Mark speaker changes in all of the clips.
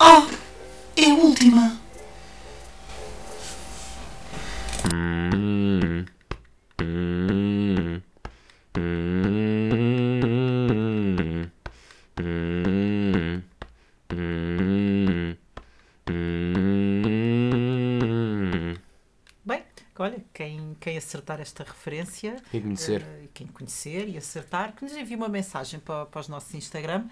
Speaker 1: Ah! É a última! Bem, olha, quem, quem acertar esta referência,
Speaker 2: Tem que conhecer.
Speaker 1: eh, quem conhecer e acertar, que nos envie uma mensagem para, para os nossos Instagram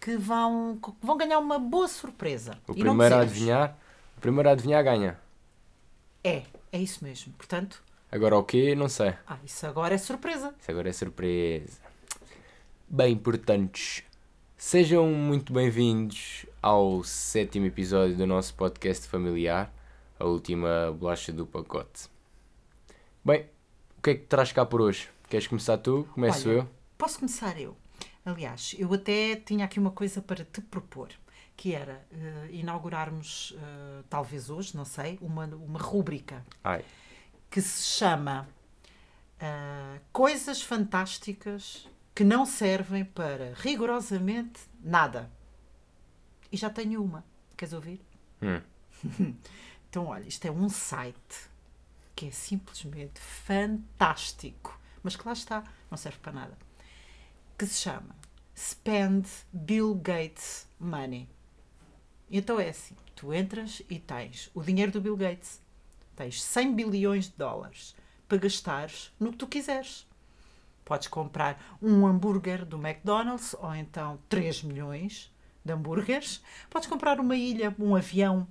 Speaker 1: que vão, que vão ganhar uma boa surpresa.
Speaker 2: O
Speaker 1: E não
Speaker 2: primeiro a
Speaker 1: dizemos.
Speaker 2: adivinhar, o primeiro a adivinhar ganha.
Speaker 1: É, é isso mesmo. Portanto,
Speaker 2: Agora o quê? Não sei.
Speaker 1: ah, isso agora é surpresa.
Speaker 2: Isso agora é surpresa. Bem, portanto, sejam muito bem-vindos ao sétimo episódio do nosso podcast familiar, a última bolacha do pacote. Bem, o que é que traz cá por hoje? Queres começar tu? Começo
Speaker 1: Olha,
Speaker 2: eu.
Speaker 1: Posso começar eu? Aliás, eu até tinha aqui uma coisa para te propor, que era eh, inaugurarmos, eh, talvez hoje, não sei, uma, uma rúbrica
Speaker 2: Ai,
Speaker 1: que se chama ah, Coisas Fantásticas que não servem para rigorosamente nada. E já tenho uma. Queres ouvir?
Speaker 2: Hum.
Speaker 1: então, olha, isto é um site que é simplesmente fantástico, mas que lá está, não serve para nada. Que se chama Spend Bill Gates Money. Então é assim: tu entras e tens o dinheiro do Bill Gates, tens 100 bilhões de dólares para gastares no que tu quiseres. Podes comprar um hambúrguer do McDonald's ou então 3 milhões de hambúrgueres. Podes comprar uma ilha, um avião.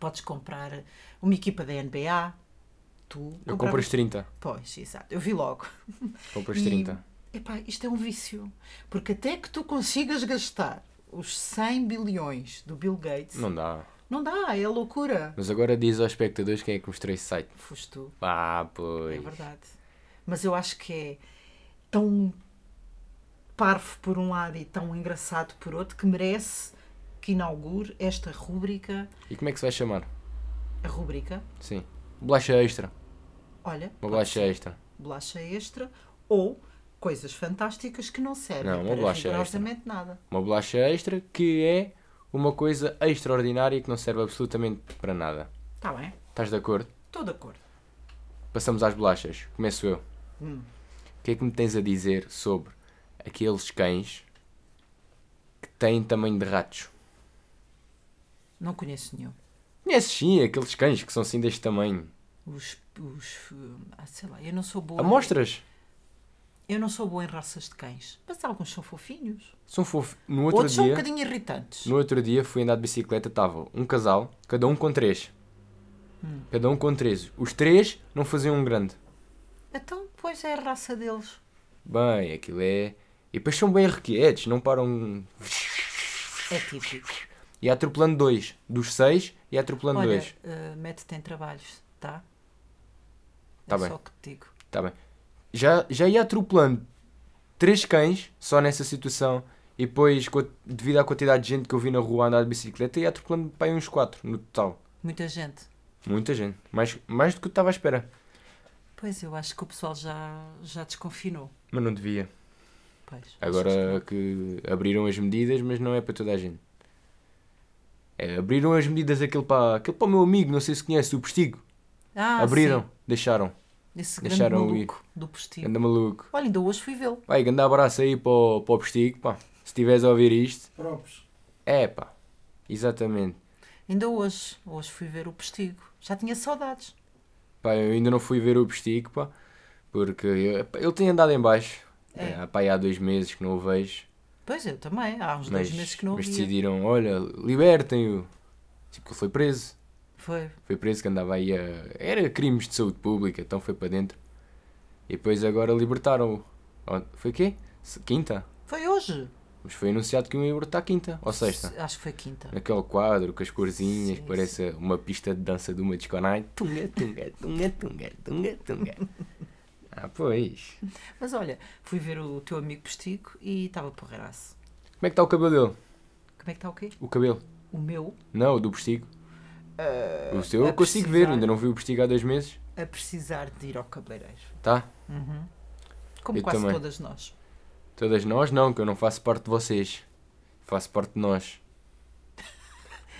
Speaker 1: Podes comprar uma equipa da NBA. Tu
Speaker 2: eu compro os 30.
Speaker 1: Pois, exato. Eu vi logo.
Speaker 2: Compro os 30.
Speaker 1: E, epá, isto é um vício. Porque até que tu consigas gastar os 100 bilhões do Bill Gates, não,
Speaker 2: Não dá.
Speaker 1: dá, é loucura.
Speaker 2: Mas agora diz aos espectadores quem é que mostrou esse site.
Speaker 1: Foste tu,
Speaker 2: Ah,
Speaker 1: é
Speaker 2: pois.
Speaker 1: verdade. Mas eu acho que é tão parvo por um lado e tão engraçado por outro que merece que inaugure esta rúbrica.
Speaker 2: E como é que se vai chamar?
Speaker 1: A rúbrica,
Speaker 2: Sim. Bolacha extra.
Speaker 1: olha,
Speaker 2: Uma bolacha extra.
Speaker 1: bolacha extra ou coisas fantásticas que não servem
Speaker 2: Não, uma
Speaker 1: para
Speaker 2: bolacha extra.
Speaker 1: rigorosamente nada.
Speaker 2: Uma bolacha extra que é uma coisa extraordinária que não serve absolutamente para nada.
Speaker 1: Está Tá bem,
Speaker 2: Estás de acordo?
Speaker 1: estou de acordo.
Speaker 2: Passamos às bolachas. Começo eu.
Speaker 1: Hum.
Speaker 2: O que é que me tens a dizer sobre aqueles cães que têm tamanho de ratos?
Speaker 1: Não conheço nenhum.
Speaker 2: Conheces sim aqueles cães que são assim deste tamanho.
Speaker 1: Os, os, hum, ah, sei lá, eu não sou boa.
Speaker 2: Amostras?
Speaker 1: Eu não sou boa em raças de cães, mas alguns são fofinhos.
Speaker 2: São fofos. No outro
Speaker 1: Outros são um
Speaker 2: dia,
Speaker 1: bocadinho irritantes.
Speaker 2: no outro dia fui andar de bicicleta, estava um casal, cada um com três.
Speaker 1: Hum.
Speaker 2: Cada um com três. Os três não faziam um grande.
Speaker 1: Então, pois é a raça deles.
Speaker 2: Bem, aquilo é. E depois são bem requietos, não param. um-
Speaker 1: É típico.
Speaker 2: E atropelando dois. Dos seis, e atropelando
Speaker 1: Olha,
Speaker 2: dois.
Speaker 1: eh, mete-te em trabalhos, tá?
Speaker 2: Tá
Speaker 1: é
Speaker 2: bem.
Speaker 1: só o que te digo.
Speaker 2: Tá bem. Já, já ia atropelando três cães, só nessa situação. E depois, co- devido à quantidade de gente que eu vi na rua a andar de bicicleta, ia atropelando para aí uns quatro no total.
Speaker 1: Muita gente.
Speaker 2: Muita gente. Mais, mais do que eu estava à espera.
Speaker 1: Pois, eu acho que o pessoal já, já desconfinou.
Speaker 2: Mas não devia.
Speaker 1: Pois, achas
Speaker 2: Agora que abriram as medidas, mas não é para toda a gente. É, abriram as medidas aquele para, aquele para o meu amigo, não sei se conhece, o Postigo.
Speaker 1: que- Ah,
Speaker 2: abriram,
Speaker 1: sim.
Speaker 2: deixaram.
Speaker 1: Esse
Speaker 2: Deixaram
Speaker 1: grande maluco do postigo.
Speaker 2: Anda maluco.
Speaker 1: Olha, ainda hoje fui vê-lo.
Speaker 2: Vai, grande abraço aí para o, para o Postigo, pá. Se tiveres a ouvir isto.
Speaker 3: Próprios.
Speaker 2: É, pá. Exatamente.
Speaker 1: Ainda hoje. Hoje fui ver o postigo. Já tinha saudades.
Speaker 2: Pá, eu ainda não fui ver o Postigo, pá. Porque eu- pá, ele tem andado em baixo.
Speaker 1: É.
Speaker 2: É, pá, há dois meses que não o vejo.
Speaker 1: Pois, eu também. Há uns dois meses que não o
Speaker 2: mas
Speaker 1: via.
Speaker 2: decidiram, olha, libertem-o. Tipo, que ele foi preso.
Speaker 1: Foi.
Speaker 2: Foi preso que andava aí a... Era crimes de saúde pública, então foi para dentro. E depois agora libertaram-o. Ó, Foi o quê? Se- Quinta?
Speaker 1: Foi hoje.
Speaker 2: Mas foi anunciado que iam libertar quinta ou sexta.
Speaker 1: Se- Acho que foi quinta.
Speaker 2: Naquele quadro com as corzinhas,
Speaker 1: Sim,
Speaker 2: que parece uma pista de dança de uma disco night. Tunga, tunga, tunga, tunga, tunga, tunga. Ah, pois.
Speaker 1: Mas olha, fui ver o teu amigo Postigo e estava porreiraço.
Speaker 2: Como é que está o cabelo dele?
Speaker 1: Como é que está o quê?
Speaker 2: O cabelo?
Speaker 1: O meu,
Speaker 2: Não, o do postigo. o seu
Speaker 1: Eh, a
Speaker 2: eu consigo
Speaker 1: precisar.
Speaker 2: ver, ainda não vi o postigo há dois meses.
Speaker 1: a precisar de ir ao cabeleireiro.
Speaker 2: Tá?
Speaker 1: Uhum. Como
Speaker 2: Eu
Speaker 1: quase
Speaker 2: também.
Speaker 1: todas nós.
Speaker 2: Todas nós não, que eu não faço parte de vocês. Faço parte de nós.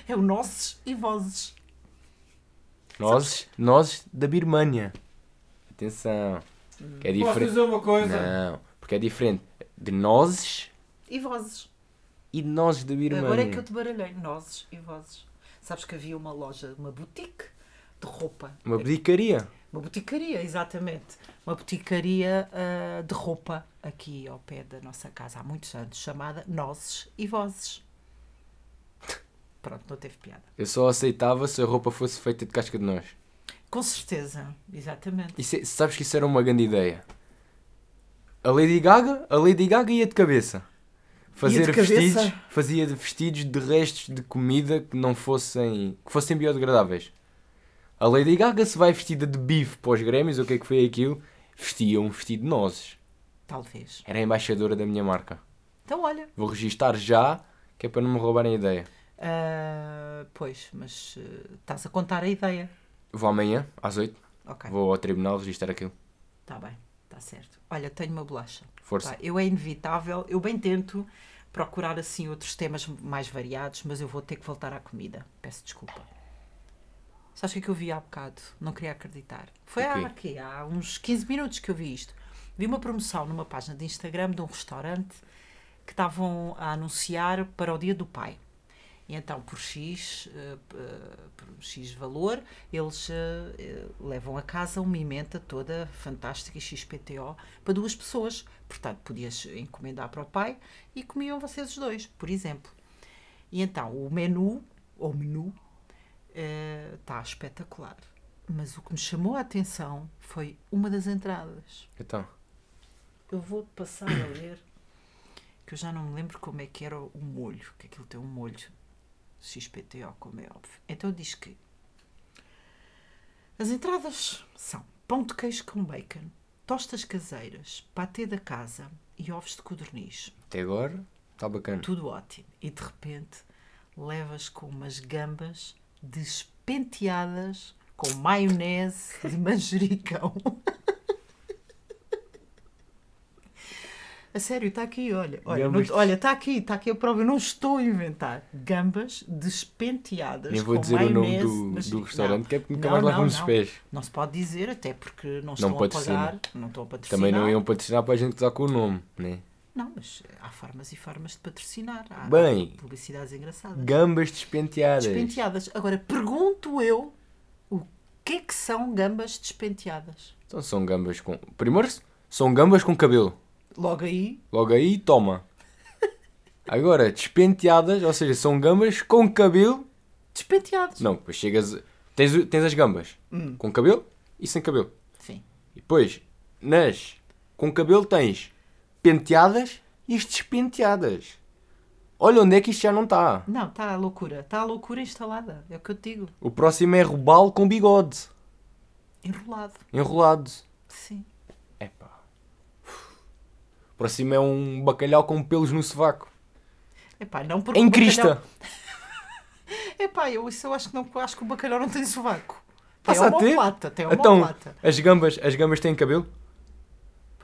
Speaker 1: É o nossos e vozes.
Speaker 2: Nós, nós da Birmânia. Atenção.
Speaker 1: Hum.
Speaker 2: Que é
Speaker 3: Posso
Speaker 2: diferente.
Speaker 3: dizer uma coisa?
Speaker 2: Não, porque é diferente de nozes
Speaker 1: E vozes.
Speaker 2: e de nozes da Birmânia.
Speaker 1: Agora é que eu te baralhei. Nozes e vozes. Sabes que havia uma loja, uma boutique de roupa.
Speaker 2: Uma boticaria.
Speaker 1: Uma boticaria, exatamente. Uma boticaria ah, de roupa aqui ao pé da nossa casa há muitos anos, chamada Nozes e Vozes. Pronto, não teve piada.
Speaker 2: Eu só aceitava se a roupa fosse feita de casca de noz.
Speaker 1: Com certeza, exatamente.
Speaker 2: Isso é- sabes que isso era uma grande ideia. A Lady Gaga, a Lady Gaga ia de cabeça. Fazer
Speaker 1: de cabeça?
Speaker 2: vestidos, fazia de vestidos de restos de comida que não fossem, que fossem biodegradáveis. A Lady Gaga se vai vestida de bife para os Grêmios, ou o que é que foi aquilo, vestia um vestido de nozes.
Speaker 1: Talvez.
Speaker 2: Era a embaixadora da minha marca.
Speaker 1: Então, olha.
Speaker 2: Vou registar já, que é para não me roubarem a ideia.
Speaker 1: ah, pois, mas ah, estás a contar a ideia.
Speaker 2: Vou amanhã, às 8,
Speaker 1: Ok,
Speaker 2: vou ao tribunal registrar aquilo.
Speaker 1: está bem, está certo. Olha, tenho uma bolacha.
Speaker 2: Força.
Speaker 1: Pá, eu é inevitável, eu bem tento procurar assim outros temas mais variados, mas eu vou ter que voltar à comida. Peço desculpa. Sabes o que é que eu vi há bocado? Não queria acreditar. Foi
Speaker 2: O quê?
Speaker 1: há, quê? há uns 15 minutos que eu vi isto. Vi uma promoção numa página de Instagram de um restaurante que estavam a anunciar para o Dia do Pai. E então, por X, eh, p- eh, por um X valor, eles eh, eh, levam a casa uma emenda toda fantástica XPTO para duas pessoas. Portanto, podias encomendar para o pai e comiam vocês os dois, por exemplo. E então, o menu, ou menu, eh, está espetacular. Mas o que me chamou a atenção foi uma das entradas.
Speaker 2: Então,
Speaker 1: Eu vou passar a ler, que eu já não me lembro como é que era o molho, que aquilo tem um molho XPTO, como é óbvio. Então diz que as entradas são pão de queijo com bacon, tostas caseiras, patê da casa e ovos de codorniz.
Speaker 2: até agora, está bacana.
Speaker 1: Tudo ótimo. E de repente levas com umas gambas despenteadas com maionese de manjericão. A sério, está aqui, olha. Olha, não-
Speaker 2: Gambas des-
Speaker 1: olha, está aqui, está aqui a prova. Eu não estou a inventar. Gambas despenteadas
Speaker 2: Nem vou
Speaker 1: com
Speaker 2: dizer o
Speaker 1: maionese
Speaker 2: nome
Speaker 1: de
Speaker 2: do,
Speaker 1: manjericão.
Speaker 2: do
Speaker 1: Não,
Speaker 2: restaurante, que é porque nunca
Speaker 1: Não,
Speaker 2: mais lá
Speaker 1: não,
Speaker 2: vamos os
Speaker 1: não.
Speaker 2: pés.
Speaker 1: Não, se pode dizer, até porque não estão a
Speaker 2: patrocina.
Speaker 1: pagar. Não estão a patrocinar.
Speaker 2: Também não iam patrocinar para a gente usar com o nome, né?
Speaker 1: Não, mas há formas e formas de patrocinar. Há
Speaker 2: Bem.
Speaker 1: publicidades engraçadas.
Speaker 2: Gambas despenteadas.
Speaker 1: Despenteadas. Agora, pergunto eu o que é que são gambas despenteadas?
Speaker 2: Então são gambas com. Primeiro, são gambas com cabelo.
Speaker 1: Logo aí,
Speaker 2: Logo aí, toma. Agora, despenteadas, ou seja, são gambas com cabelo.
Speaker 1: despenteadas.
Speaker 2: Não, depois chegas. Tens, o- tens as gambas
Speaker 1: Hum.
Speaker 2: com cabelo e sem cabelo.
Speaker 1: Sim.
Speaker 2: E depois, nas com cabelo tens penteadas e as despenteadas. Olha onde é que isto já não está.
Speaker 1: Não, está a loucura. Está a loucura instalada. É o que eu te digo.
Speaker 2: O próximo é robalo com bigode.
Speaker 1: Enrolado.
Speaker 2: Enrolado.
Speaker 1: Sim.
Speaker 2: Epá. Por cima é um bacalhau com pelos no sovaco.
Speaker 1: Epá, não porque
Speaker 2: Em
Speaker 1: o É um bacalhau-
Speaker 2: crista.
Speaker 1: Epá, eu, isso eu acho que não acho que o bacalhau não tem sovaco.
Speaker 2: Passa a
Speaker 1: tem
Speaker 2: ter?
Speaker 1: homoplata, tem
Speaker 2: Então,
Speaker 1: homoplata.
Speaker 2: as gambas, as gambas têm cabelo?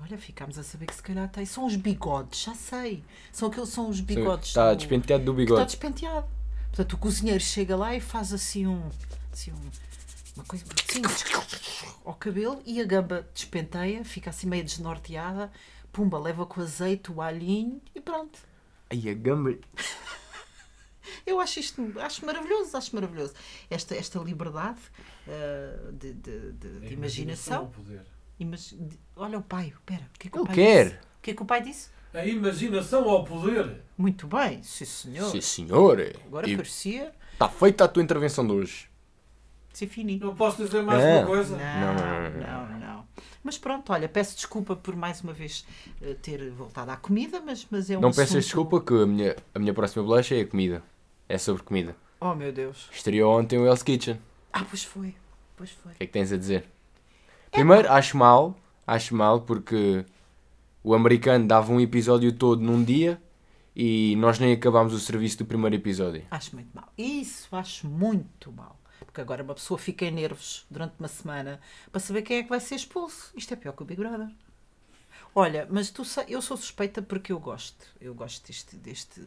Speaker 1: Olha, ficámos a saber que se calhar tem. São os bigodes, já sei. São aqueles são os bigodes.
Speaker 2: Está
Speaker 1: do-
Speaker 2: despenteado do
Speaker 1: que está
Speaker 2: bigode.
Speaker 1: despenteado. Portanto, o cozinheiro chega lá e faz assim um. Assim um uma coisa assim, ao cabelo e a gamba despenteia, fica assim meio desnorteada, pumba, leva com azeite, o alhinho e pronto.
Speaker 2: Ai, a gamba.
Speaker 1: Eu acho isto, acho maravilhoso, acho maravilhoso. Esta, esta liberdade ah, de, de- de- de imaginação. Imag- de- olha o pai, pera, o que é que o
Speaker 2: Ele
Speaker 1: pai
Speaker 2: quer.
Speaker 1: disse? O que é que o pai disse?
Speaker 3: A imaginação ao poder.
Speaker 1: Muito bem, sim senhor.
Speaker 2: Sim, senhor.
Speaker 1: Agora
Speaker 2: E
Speaker 1: parecia
Speaker 2: Está feita a tua intervenção de hoje.
Speaker 1: ser fininho.
Speaker 3: Não posso dizer mais
Speaker 2: É.
Speaker 3: uma coisa?
Speaker 1: Não,
Speaker 2: não,
Speaker 1: não, não, Mas pronto, olha, peço desculpa por mais uma vez eh, ter voltado à comida, mas, mas é um
Speaker 2: Não peças
Speaker 1: assunto-
Speaker 2: desculpa que a minha, a minha próxima bolacha é a comida. É sobre comida.
Speaker 1: Oh meu Deus.
Speaker 2: Estreou ontem o Hell's Kitchen.
Speaker 1: Ah, pois foi. Pois foi.
Speaker 2: O que é que tens a dizer? Primeiro, acho mal Acho mal porque o americano dava um episódio todo num dia e nós nem acabámos o serviço do primeiro episódio.
Speaker 1: Acho muito mal. Isso acho muito mal. Porque agora uma pessoa fica em nervos durante uma semana para saber quem é que vai ser expulso. Isto é pior que o Big Brother. Olha, mas tu sa- eu sou suspeita porque eu gosto. Eu gosto deste, deste,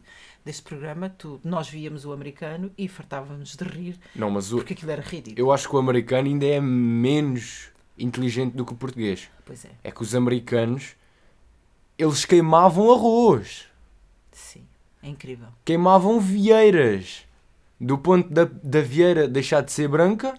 Speaker 1: deste programa. Tu, nós víamos o americano e fartávamos de rir
Speaker 2: Não, mas o,
Speaker 1: porque aquilo era ridículo.
Speaker 2: eu acho que o americano ainda é menos inteligente do que o português.
Speaker 1: Pois é,
Speaker 2: É que os americanos eles queimavam arroz.
Speaker 1: sim. É incrível.
Speaker 2: queimavam vieiras do ponto da, da vieira deixar de ser branca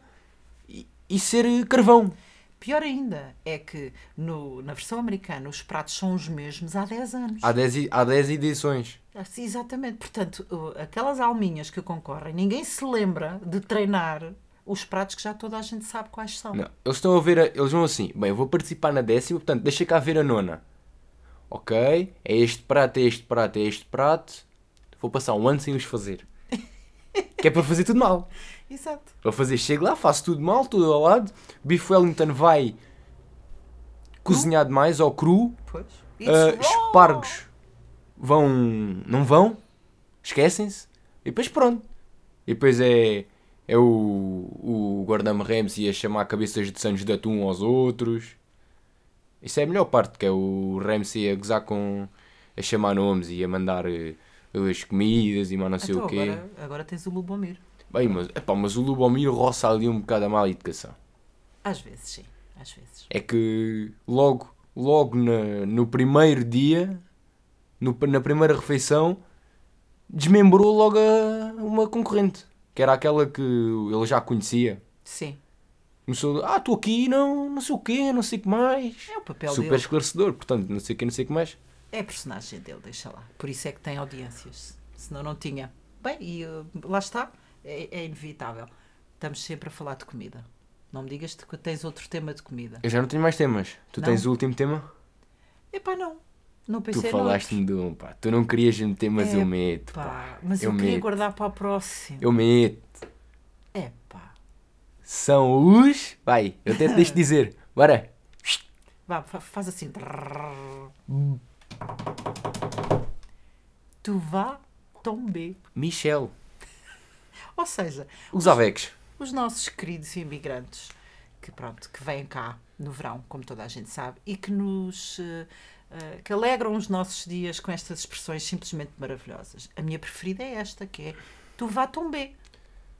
Speaker 2: e, e ser carvão.
Speaker 1: Pior ainda é que no- na versão americana os pratos são os mesmos há 10 anos.
Speaker 2: Há 10 há dez edições.
Speaker 1: Ah, sim, Exatamente. Portanto, o- aquelas alminhas que concorrem, ninguém se lembra de treinar os pratos que já toda a gente sabe quais são.
Speaker 2: Não, eles estão a ver, a- eles vão assim, bem, eu vou participar na décima, portanto, deixa cá ver a nona. Ok, é este prato, é este prato, é este prato. Vou passar um ano sem os fazer. que é para fazer tudo mal.
Speaker 1: Exato.
Speaker 2: Para fazer, chego lá, faço tudo mal, tudo ao lado. Beef Wellington vai cozinhar demais ou cru.
Speaker 1: Pois.
Speaker 2: Ah,
Speaker 1: It's wrong.
Speaker 2: espargos vão. não vão, esquecem-se, e depois pronto. E depois é, é o, o Gordon Ramsay a chamar cabeças de Santos de Atum aos outros. Isso é a melhor parte, que é o Ramsay a gozar com. a chamar nomes e a mandar eh, as comidas e mais não sei
Speaker 1: Então,
Speaker 2: o quê.
Speaker 1: Agora, agora tens o Lubomir.
Speaker 2: Bem, mas, epá, mas o Lubomir roça ali um bocado a má educação.
Speaker 1: Às vezes, sim. Às vezes.
Speaker 2: é que logo, logo na- no primeiro dia, no- na primeira refeição, desmembrou logo a- uma concorrente, que era aquela que ele já conhecia.
Speaker 1: Sim.
Speaker 2: Começou, ah, estou aqui, não, não sei o quê, não sei o que mais.
Speaker 1: É o papel
Speaker 2: Super
Speaker 1: dele.
Speaker 2: esclarecedor, portanto, não sei o quê, não sei o que mais.
Speaker 1: É a personagem dele, deixa lá. Por isso é que tem audiências. Senão não tinha. Bem, e uh, lá está. É, é inevitável. Estamos sempre a falar de comida. Não me digas que tens outro tema de comida.
Speaker 2: Eu já não tenho mais temas. Tu
Speaker 1: Não?
Speaker 2: tens o último tema?
Speaker 1: Epá, não. Não
Speaker 2: Tu
Speaker 1: pensei noutro.
Speaker 2: falaste-me de um, pá. Tu não querias meter, mas eu
Speaker 1: Epá.
Speaker 2: meto, pá.
Speaker 1: É, Pá, mas eu,
Speaker 2: eu
Speaker 1: queria
Speaker 2: meto.
Speaker 1: guardar para o próximo.
Speaker 2: Eu meto.
Speaker 1: É pá.
Speaker 2: São os... Vai, eu até te deixo dizer. Bora.
Speaker 1: Vá, fa- faz assim.
Speaker 2: Hum.
Speaker 1: Tu vá tomber.
Speaker 2: Michel.
Speaker 1: Ou seja,
Speaker 2: Os Avex.
Speaker 1: os nossos queridos imigrantes que pronto, que vêm cá no verão, como toda a gente sabe, e que nos eh, eh, que alegram os nossos dias com estas expressões simplesmente maravilhosas. A minha preferida é esta, que é tu vá tomber.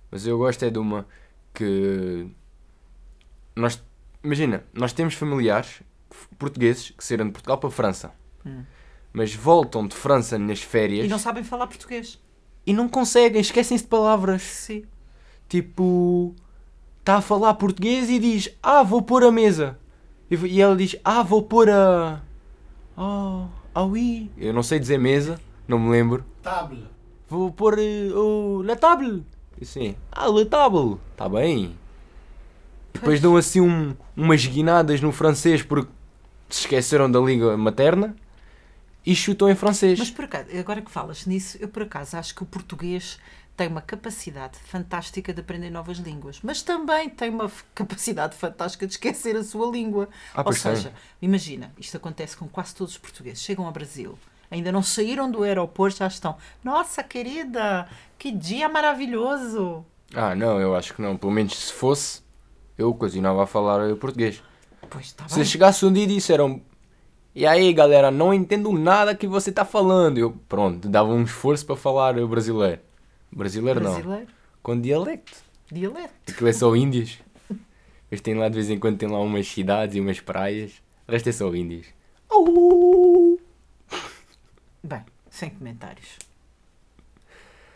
Speaker 2: Mas eu gosto é de uma que nós imagina, nós temos familiares f- portugueses que saíram de Portugal para a França.
Speaker 1: Hum.
Speaker 2: Mas voltam de França nas férias
Speaker 1: E não sabem falar português.
Speaker 2: e não conseguem, esquecem-se de palavras.
Speaker 1: Sim.
Speaker 2: Tipo, está a falar português e diz: "Ah, vou pôr a mesa". E v- E ela diz: "Ah, vou pôr a Oh, ah, oui. Eu não sei dizer mesa, não me lembro.
Speaker 3: Tabla.
Speaker 2: Vou pôr eh, o la table. E Sim. Ah, la table. Está bem. Depois dão assim um- umas guinadas no francês porque se esqueceram da língua materna e chutam em francês.
Speaker 1: Mas por acaso, agora que falas nisso, eu por acaso acho que o português tem uma capacidade fantástica de aprender novas línguas, mas também tem uma f- capacidade fantástica de esquecer a sua língua.
Speaker 2: Ah,
Speaker 1: Ou
Speaker 2: pois tem.
Speaker 1: seja, imagina, isto acontece com quase todos os portugueses. Chegam ao Brasil, ainda não saíram do aeroporto, já estão. Nossa querida, que dia maravilhoso!
Speaker 2: Ah, não, eu acho que não. Pelo menos se fosse, eu continuava a falar eh, português.
Speaker 1: Pois está
Speaker 2: Se
Speaker 1: Tá bem.
Speaker 2: eu chegasse um dia e disseram. E aí galera, não entendo nada que você tá falando. Eu, pronto, dava um esforço para falar eh, brasileiro. Brasileiro, não.
Speaker 1: Brasileiro,
Speaker 2: Com dialecto.
Speaker 1: dialeto.
Speaker 2: Aquilo é só índios. Mas tem lá de vez em quando tem lá umas cidades e umas praias. O resto é só índios. Au!
Speaker 1: Bem, sem comentários.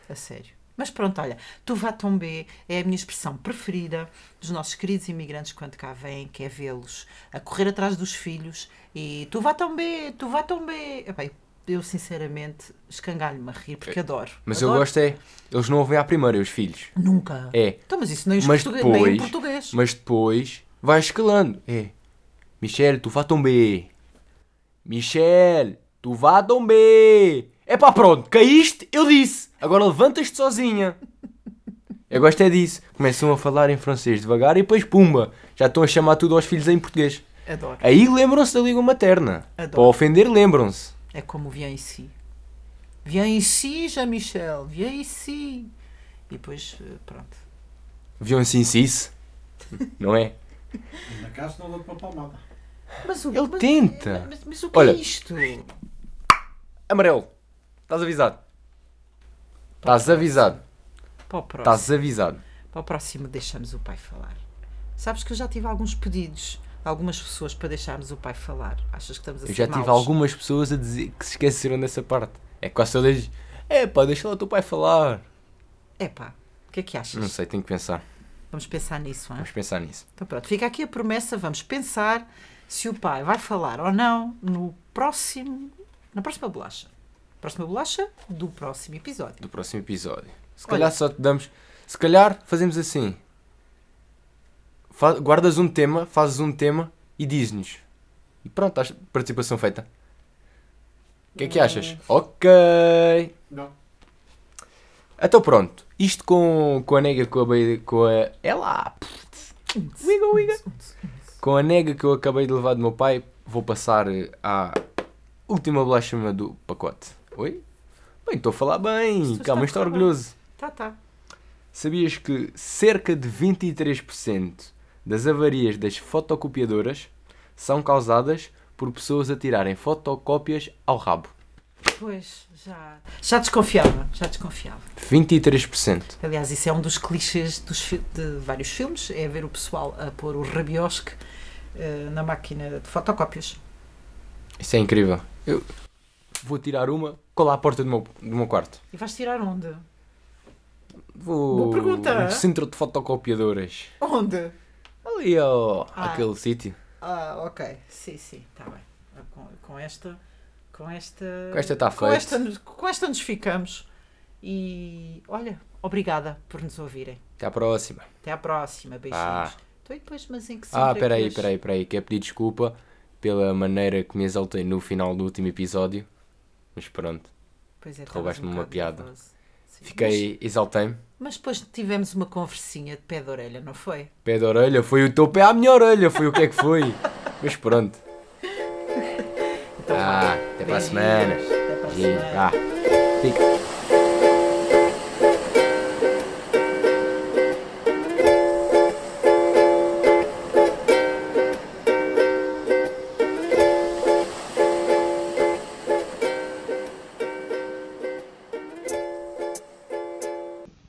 Speaker 1: A sério. Mas pronto, olha, tu vá tombé é a minha expressão preferida dos nossos queridos imigrantes quando cá vêm, que é vê-los a correr atrás dos filhos e tu vá tombé, tu vá tombé. Bem, eu sinceramente escangalho-me a rir porque adoro.
Speaker 2: É, Mas eu
Speaker 1: adoro.
Speaker 2: gosto é. Eles não ouvem à primeira, os filhos.
Speaker 1: Nunca.
Speaker 2: É.
Speaker 1: Então, mas isso nem, os
Speaker 2: Mas
Speaker 1: portugueses, nem em
Speaker 2: depois-
Speaker 1: português.
Speaker 2: Mas depois vai escalando. É. Michel, tu vá tomber. Michel, tu vá tomber. É pá, pronto, caíste, eu disse. Agora levantas-te sozinha. Eu gosto é disso. Começam a falar em francês devagar e depois pumba. Já estão a chamar tudo aos filhos em português.
Speaker 1: Adoro.
Speaker 2: Aí lembram-se da língua materna. Para
Speaker 1: Adoro.
Speaker 2: ofender, lembram-se.
Speaker 1: É como vem em si. Vem em si, Jean-Michel, vem em si. E depois, eh, pronto.
Speaker 2: Viam sim isso? Não é?
Speaker 3: Na casa não dou-te uma palmada.
Speaker 1: Mas o,
Speaker 2: Ele
Speaker 1: mas-
Speaker 2: tenta.
Speaker 1: Mas, mas o que
Speaker 2: Olha.
Speaker 1: é isto?
Speaker 2: Amarelo. Estás avisado. Estás avisado.
Speaker 1: Para o próximo.
Speaker 2: Estás avisado.
Speaker 1: Para o próximo deixamos o pai falar. Sabes que eu já tive alguns pedidos de algumas pessoas para deixarmos o pai falar. Achas que estamos a
Speaker 2: Eu
Speaker 1: ser
Speaker 2: já tive
Speaker 1: maus?
Speaker 2: algumas pessoas a dizer que se esqueceram dessa parte. É que quase todas. É pá, deixa lá o teu pai falar.
Speaker 1: Epá, o que é que achas?
Speaker 2: Não sei, tenho que pensar.
Speaker 1: Vamos pensar nisso, hein?
Speaker 2: Vamos pensar nisso.
Speaker 1: Então pronto, fica aqui a promessa, vamos pensar se o pai vai falar ou não no próximo, na próxima bolacha. Próxima bolacha do próximo episódio.
Speaker 2: Do próximo episódio. Se
Speaker 1: Olha.
Speaker 2: calhar só te damos. Se calhar fazemos assim. Fa- Guardas um tema, fazes um tema e diz-nos. E pronto, estás- participação feita. O que é que achas? Ok.
Speaker 3: Não.
Speaker 2: Então pronto, isto com, com a nega com a beira- com a. É lá! Wiga, wiga. Com a nega que eu acabei de levar do meu pai, vou passar eh, à última blasfema do pacote. Oi? Bem, estou a falar bem,
Speaker 1: Isto está
Speaker 2: calma, estou
Speaker 1: a correr
Speaker 2: orgulhoso.
Speaker 1: Tá, tá.
Speaker 2: Sabias que cerca de 23% das avarias das fotocopiadoras são causadas por pessoas a tirarem fotocópias ao rabo?
Speaker 1: Pois, já. Já desconfiava, já desconfiava.
Speaker 2: 23%.
Speaker 1: Aliás, isso é um dos clichês dos fi- de vários filmes, é ver o pessoal a pôr o rabiosque eh, na máquina de fotocópias.
Speaker 2: Isso é incrível. Eu vou tirar uma, colar à porta do meu, do meu quarto.
Speaker 1: E vais tirar onde?
Speaker 2: Vou.
Speaker 1: Boa pergunta.
Speaker 2: Um centro de fotocopiadoras.
Speaker 1: Onde?
Speaker 2: Ali ao.
Speaker 1: Ah.
Speaker 2: aquele sítio.
Speaker 1: Ah, ok. Sim, sim, está bem. Ah, Com, com esta. Com esta.
Speaker 2: Com esta está
Speaker 1: com
Speaker 2: feito.
Speaker 1: esta, nos- com esta nos ficamos. E olha, obrigada por nos ouvirem.
Speaker 2: Até à próxima.
Speaker 1: Até à próxima. Beijinhos. Então, e depois, mas em que centro
Speaker 2: ah,
Speaker 1: é que
Speaker 2: peraí,
Speaker 1: nós-
Speaker 2: peraí, peraí. Quero pedir desculpa pela maneira que me exaltei no final do último episódio. Mas pronto.
Speaker 1: Pois é, estavas
Speaker 2: Roubaste-me uma
Speaker 1: bocado
Speaker 2: piada.
Speaker 1: nervosa. Sim. Mas,
Speaker 2: Fiquei. exaltei-me.
Speaker 1: mas depois tivemos uma conversinha de pé de orelha, não foi?
Speaker 2: Pé da orelha, foi o teu pé à minha orelha, foi o que é que foi? Mas pronto.
Speaker 1: Então,
Speaker 2: Ah,
Speaker 1: vá.
Speaker 2: até para
Speaker 1: Então
Speaker 2: a
Speaker 1: Beijinhos.
Speaker 2: semana.
Speaker 1: Até para a
Speaker 2: E,
Speaker 1: semana.
Speaker 2: ah, fica.